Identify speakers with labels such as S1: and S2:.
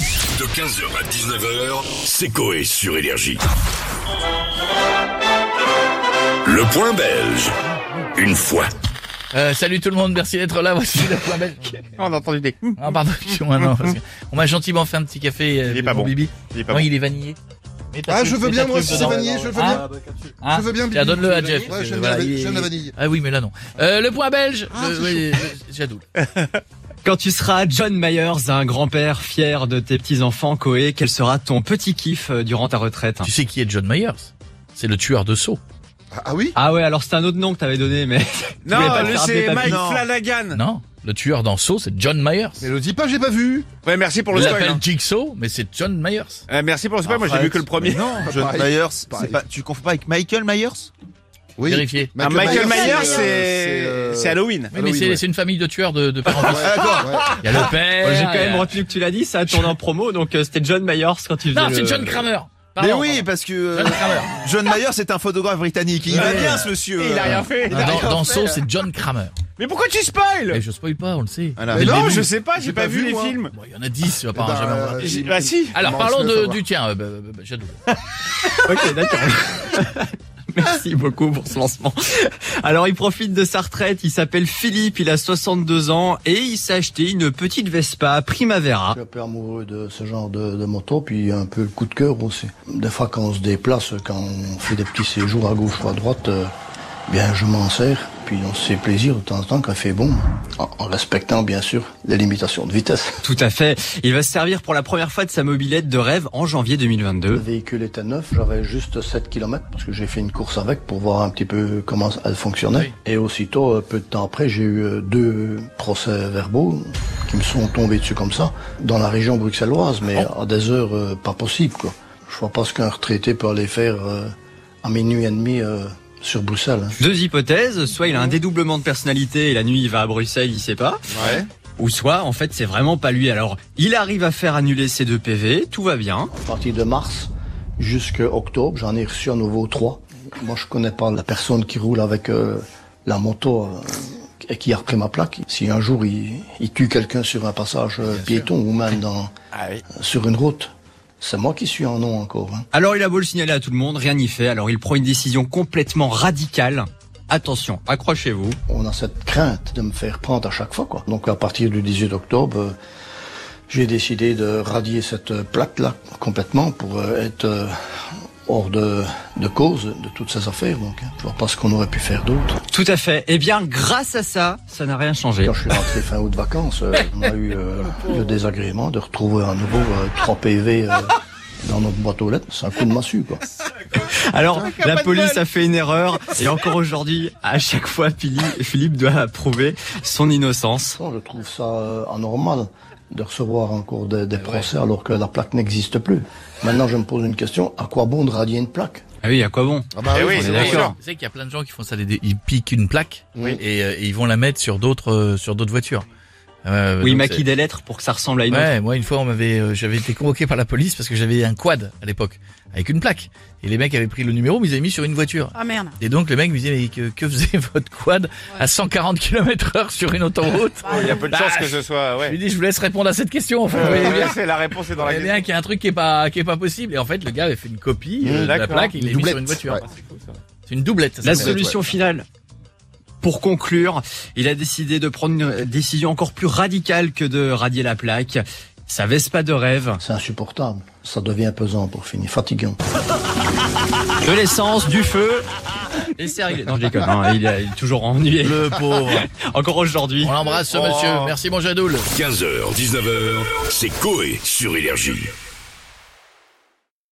S1: De 15h à 19h, c'est Coé sur Énergie. Le point belge. Une fois.
S2: Euh, salut tout le monde, merci d'être là. Voici le point belge.
S3: On a entendu des.
S2: Ah pardon, excuse-moi, non, parce que on m'a gentiment fait un petit café. euh,
S3: Il est
S2: de
S3: pas bon.
S2: Bibi.
S3: Il est pas
S2: Non,
S3: bon.
S2: il est vanillé. Mets ta
S4: Ah,
S2: truc-
S4: je veux
S2: mets
S4: bien,
S2: ta
S4: moi
S2: truc
S4: aussi,
S2: dedans.
S4: vanillé, je veux
S2: Ah,
S4: bien.
S2: hein
S4: Je veux bien,
S2: Tiens,
S4: Bibi.
S2: donne-le à
S4: Ouais,
S2: Jeff.
S4: j'aime
S2: Voilà,
S4: la-
S2: il-
S4: j'aime la vanille.
S2: Ah oui, mais là non. Euh, le point belge. Euh, oui, euh, J'adoule.
S5: Quand tu seras John Myers, un grand-père fier de tes petits-enfants, Coé, quel sera ton petit kiff euh, durant ta retraite
S2: Tu sais qui est John Myers C'est le tueur de sceaux.
S4: Ah ah oui
S5: Ah ouais, alors c'est un autre nom que t'avais donné, mais...
S6: Non,
S5: voulais pas
S6: lui,
S5: faire des
S6: c'est
S5: papiers.
S6: Mike
S5: Non.
S6: Flanagan.
S2: Non, le tueur dans sceaux, c'est John Myers.
S4: Mais le dis pas, j'ai pas vu.
S6: Ouais, merci pour
S2: On
S6: le spoil.
S2: l'appelle
S6: hein.
S2: Jigsaw, mais c'est John Myers.
S6: Euh, merci pour le spoil. Moi, j'ai vu que le premier.
S7: John
S4: Pareil.
S7: Myers, c'est
S4: Pareil.
S7: pas- tu confonds pas avec Michael Myers
S4: Oui.
S2: Vérifié.
S6: Ah, Michael Myers, c'est
S4: euh,
S6: c'est Halloween.
S2: Oui, mais
S4: oui,
S2: c'est
S4: ouais.
S2: c'est une famille de tueurs de, de parents.
S4: Ouais, d'accord, ouais.
S6: Ah,
S2: Il y a le père.
S5: J'ai quand
S2: il y a-
S5: même retenu que tu l'as dit, ça a tourné en promo, donc euh, c'était John Myers quand tu faisais
S2: Non, c'est
S5: le-
S2: John Kramer.
S7: Mais
S2: Pardon,
S7: oui, parce que euh,
S2: pardon. John Kramer.
S7: John Myers est un photographe britannique. Il va
S6: Ouais.
S7: bien ce monsieur.
S6: Il a
S7: euh.
S6: rien fait. il a
S2: Ah, Non,
S6: rien
S2: dans, dans
S6: fait.
S2: Saw, c'est John Kramer.
S6: Mais pourquoi tu spoil
S2: Eh, je spoil pas, on le sait.
S7: Voilà.
S4: Mais
S2: Dès le
S6: Ah Non,
S2: début.
S6: je sais pas. J'ai pas, vu les
S4: moi.
S6: films.
S2: Bon, il y en a 10,
S4: Eh ben,
S2: apparemment. jamais on verra.
S4: euh,
S6: J'ai- Bah si.
S2: Alors,
S4: Bon,
S2: parlons
S4: je vais
S2: de-
S4: savoir.
S2: du tien, euh, bah, bah, bah, j'adore.
S5: Ok, d'accord. Merci beaucoup pour ce lancement. Alors, il profite de sa retraite. Il s'appelle Philippe. Il a 62 ans et il s'est acheté une petite Vespa Primavera.
S8: Je suis un peu amoureux de ce genre de, de moto, puis un peu le coup de cœur aussi. Des fois, quand on se déplace, quand on fait des petits séjours à gauche ou à droite, euh, bien, je m'en sers, puis on se fait plaisir de temps en temps quand il fait bon, en, en respectant, bien sûr, les limitations de vitesse.
S5: Tout à fait. Il va se servir pour la première fois de sa mobilette de rêve en janvier
S8: Le
S5: 2022.
S8: véhicule était neuf, j'avais juste 7 km, parce que j'ai fait une course avec pour voir un petit peu comment elle fonctionnait.
S2: Oui.
S8: Et aussitôt, euh, peu de temps après, j'ai eu euh, deux procès verbaux qui me sont tombés dessus comme ça, dans la région bruxelloise, mais à des heures euh, pas possibles. Quoi. Je vois pas ce qu'un retraité peut aller faire euh, à minuit et demi euh, sur Bruxelles. hein.
S5: Deux hypothèses. Soit il a un dédoublement de personnalité et la nuit il va à Bruxelles, il sait pas.
S7: Ouais.
S5: Ou soit, en fait, c'est vraiment pas lui. Alors, il arrive à faire annuler ses deux PV. Tout va bien.
S8: À partir de mars jusqu'à octobre, j'en ai reçu à nouveau trois. Moi, je connais pas la personne qui roule avec euh, la moto euh, et qui a repris ma plaque. Si un jour il, il tue quelqu'un sur un passage euh, piéton ou même dans, euh, sur une route, c'est moi qui suis en nom encore. hein.
S5: Alors il a beau le signaler à tout le monde, rien n'y fait. Alors il prend une décision complètement radicale. Attention, accrochez-vous.
S8: On a cette crainte de me faire prendre à chaque fois. Quoi. Donc, à partir du 18 octobre, euh, j'ai décidé de radier cette euh, plaque-là complètement pour euh, être euh, hors de, de cause de toutes ces affaires. Donc, hein. je vois pas ce qu'on aurait pu faire d'autre.
S5: Tout à fait. Eh bien, grâce à ça, ça n'a rien changé.
S8: Quand je suis rentré fin août de vacances, euh, on a eu euh, le désagrément de retrouver à nouveau euh, 3 PV euh, dans notre boîte aux lettres. C'est un coup de massue, quoi.
S5: Alors la police a fait une erreur et encore aujourd'hui, à chaque fois, Philippe Philippe doit prouver son innocence.
S8: Non, je trouve ça euh, anormal de recevoir encore des, des procès alors que la plaque n'existe plus. Maintenant, je me pose une question. À quoi bon de radier une plaque
S5: Ah oui, à quoi bon
S4: Ah bah
S6: Eh
S4: oui,
S6: oui,
S4: c'est
S6: c'est
S4: vrai.
S6: sûr.
S2: Tu sais qu'il y a plein de gens qui font ça, les dé- ils piquent une plaque et, euh, et ils vont la mettre sur d'autres euh, sur d'autres voitures. Euh,
S5: Oui, il
S2: donc
S5: maquille
S2: c'est-
S5: des lettres pour que ça ressemble à une autre.
S2: Ouais, moi une fois on m'avait, euh, j'avais été convoqué par la police parce que j'avais un quad à l'époque avec une plaque et les mecs avaient pris le numéro mais ils avaient mis sur une voiture.
S9: Ah merde.
S2: Et donc le mec me disait mais que, que faisait votre quad à 140 km heure sur une autoroute
S6: Il y a peu de
S2: Bah,
S6: chances que ce soit.
S2: Je
S6: Ouais.
S2: lui dis je vous laisse répondre à cette question. Enfin, vous voyez
S6: Ouais,
S2: bien.
S6: c'est La réponse est dans
S2: Vous
S6: la
S2: voyez bien
S6: question.
S2: qu'il y a un truc qui est pas qui est pas possible et en fait le gars avait fait une copie euh, de la
S6: D'accord.
S2: plaque et il l'a mis sur une
S4: Doublette,
S2: voiture.
S4: ouais.
S2: C'est une doublette. Ça
S5: La
S2: s'appelle.
S5: solution finale. Pour conclure, il a décidé de prendre une décision encore plus radicale que de radier la plaque. Sa Vespa de rêve.
S8: C'est insupportable. Ça devient pesant pour finir, fatigant.
S5: de l'essence, du feu. Et c'est réglé. Non, je déconne, hein, il, est, il est toujours ennuyé.
S2: Le pauvre.
S5: Encore aujourd'hui.
S2: On l'embrasse ce monsieur. Merci mon Jadoul.
S1: 15h, 19h, c'est Coé sur Énergie.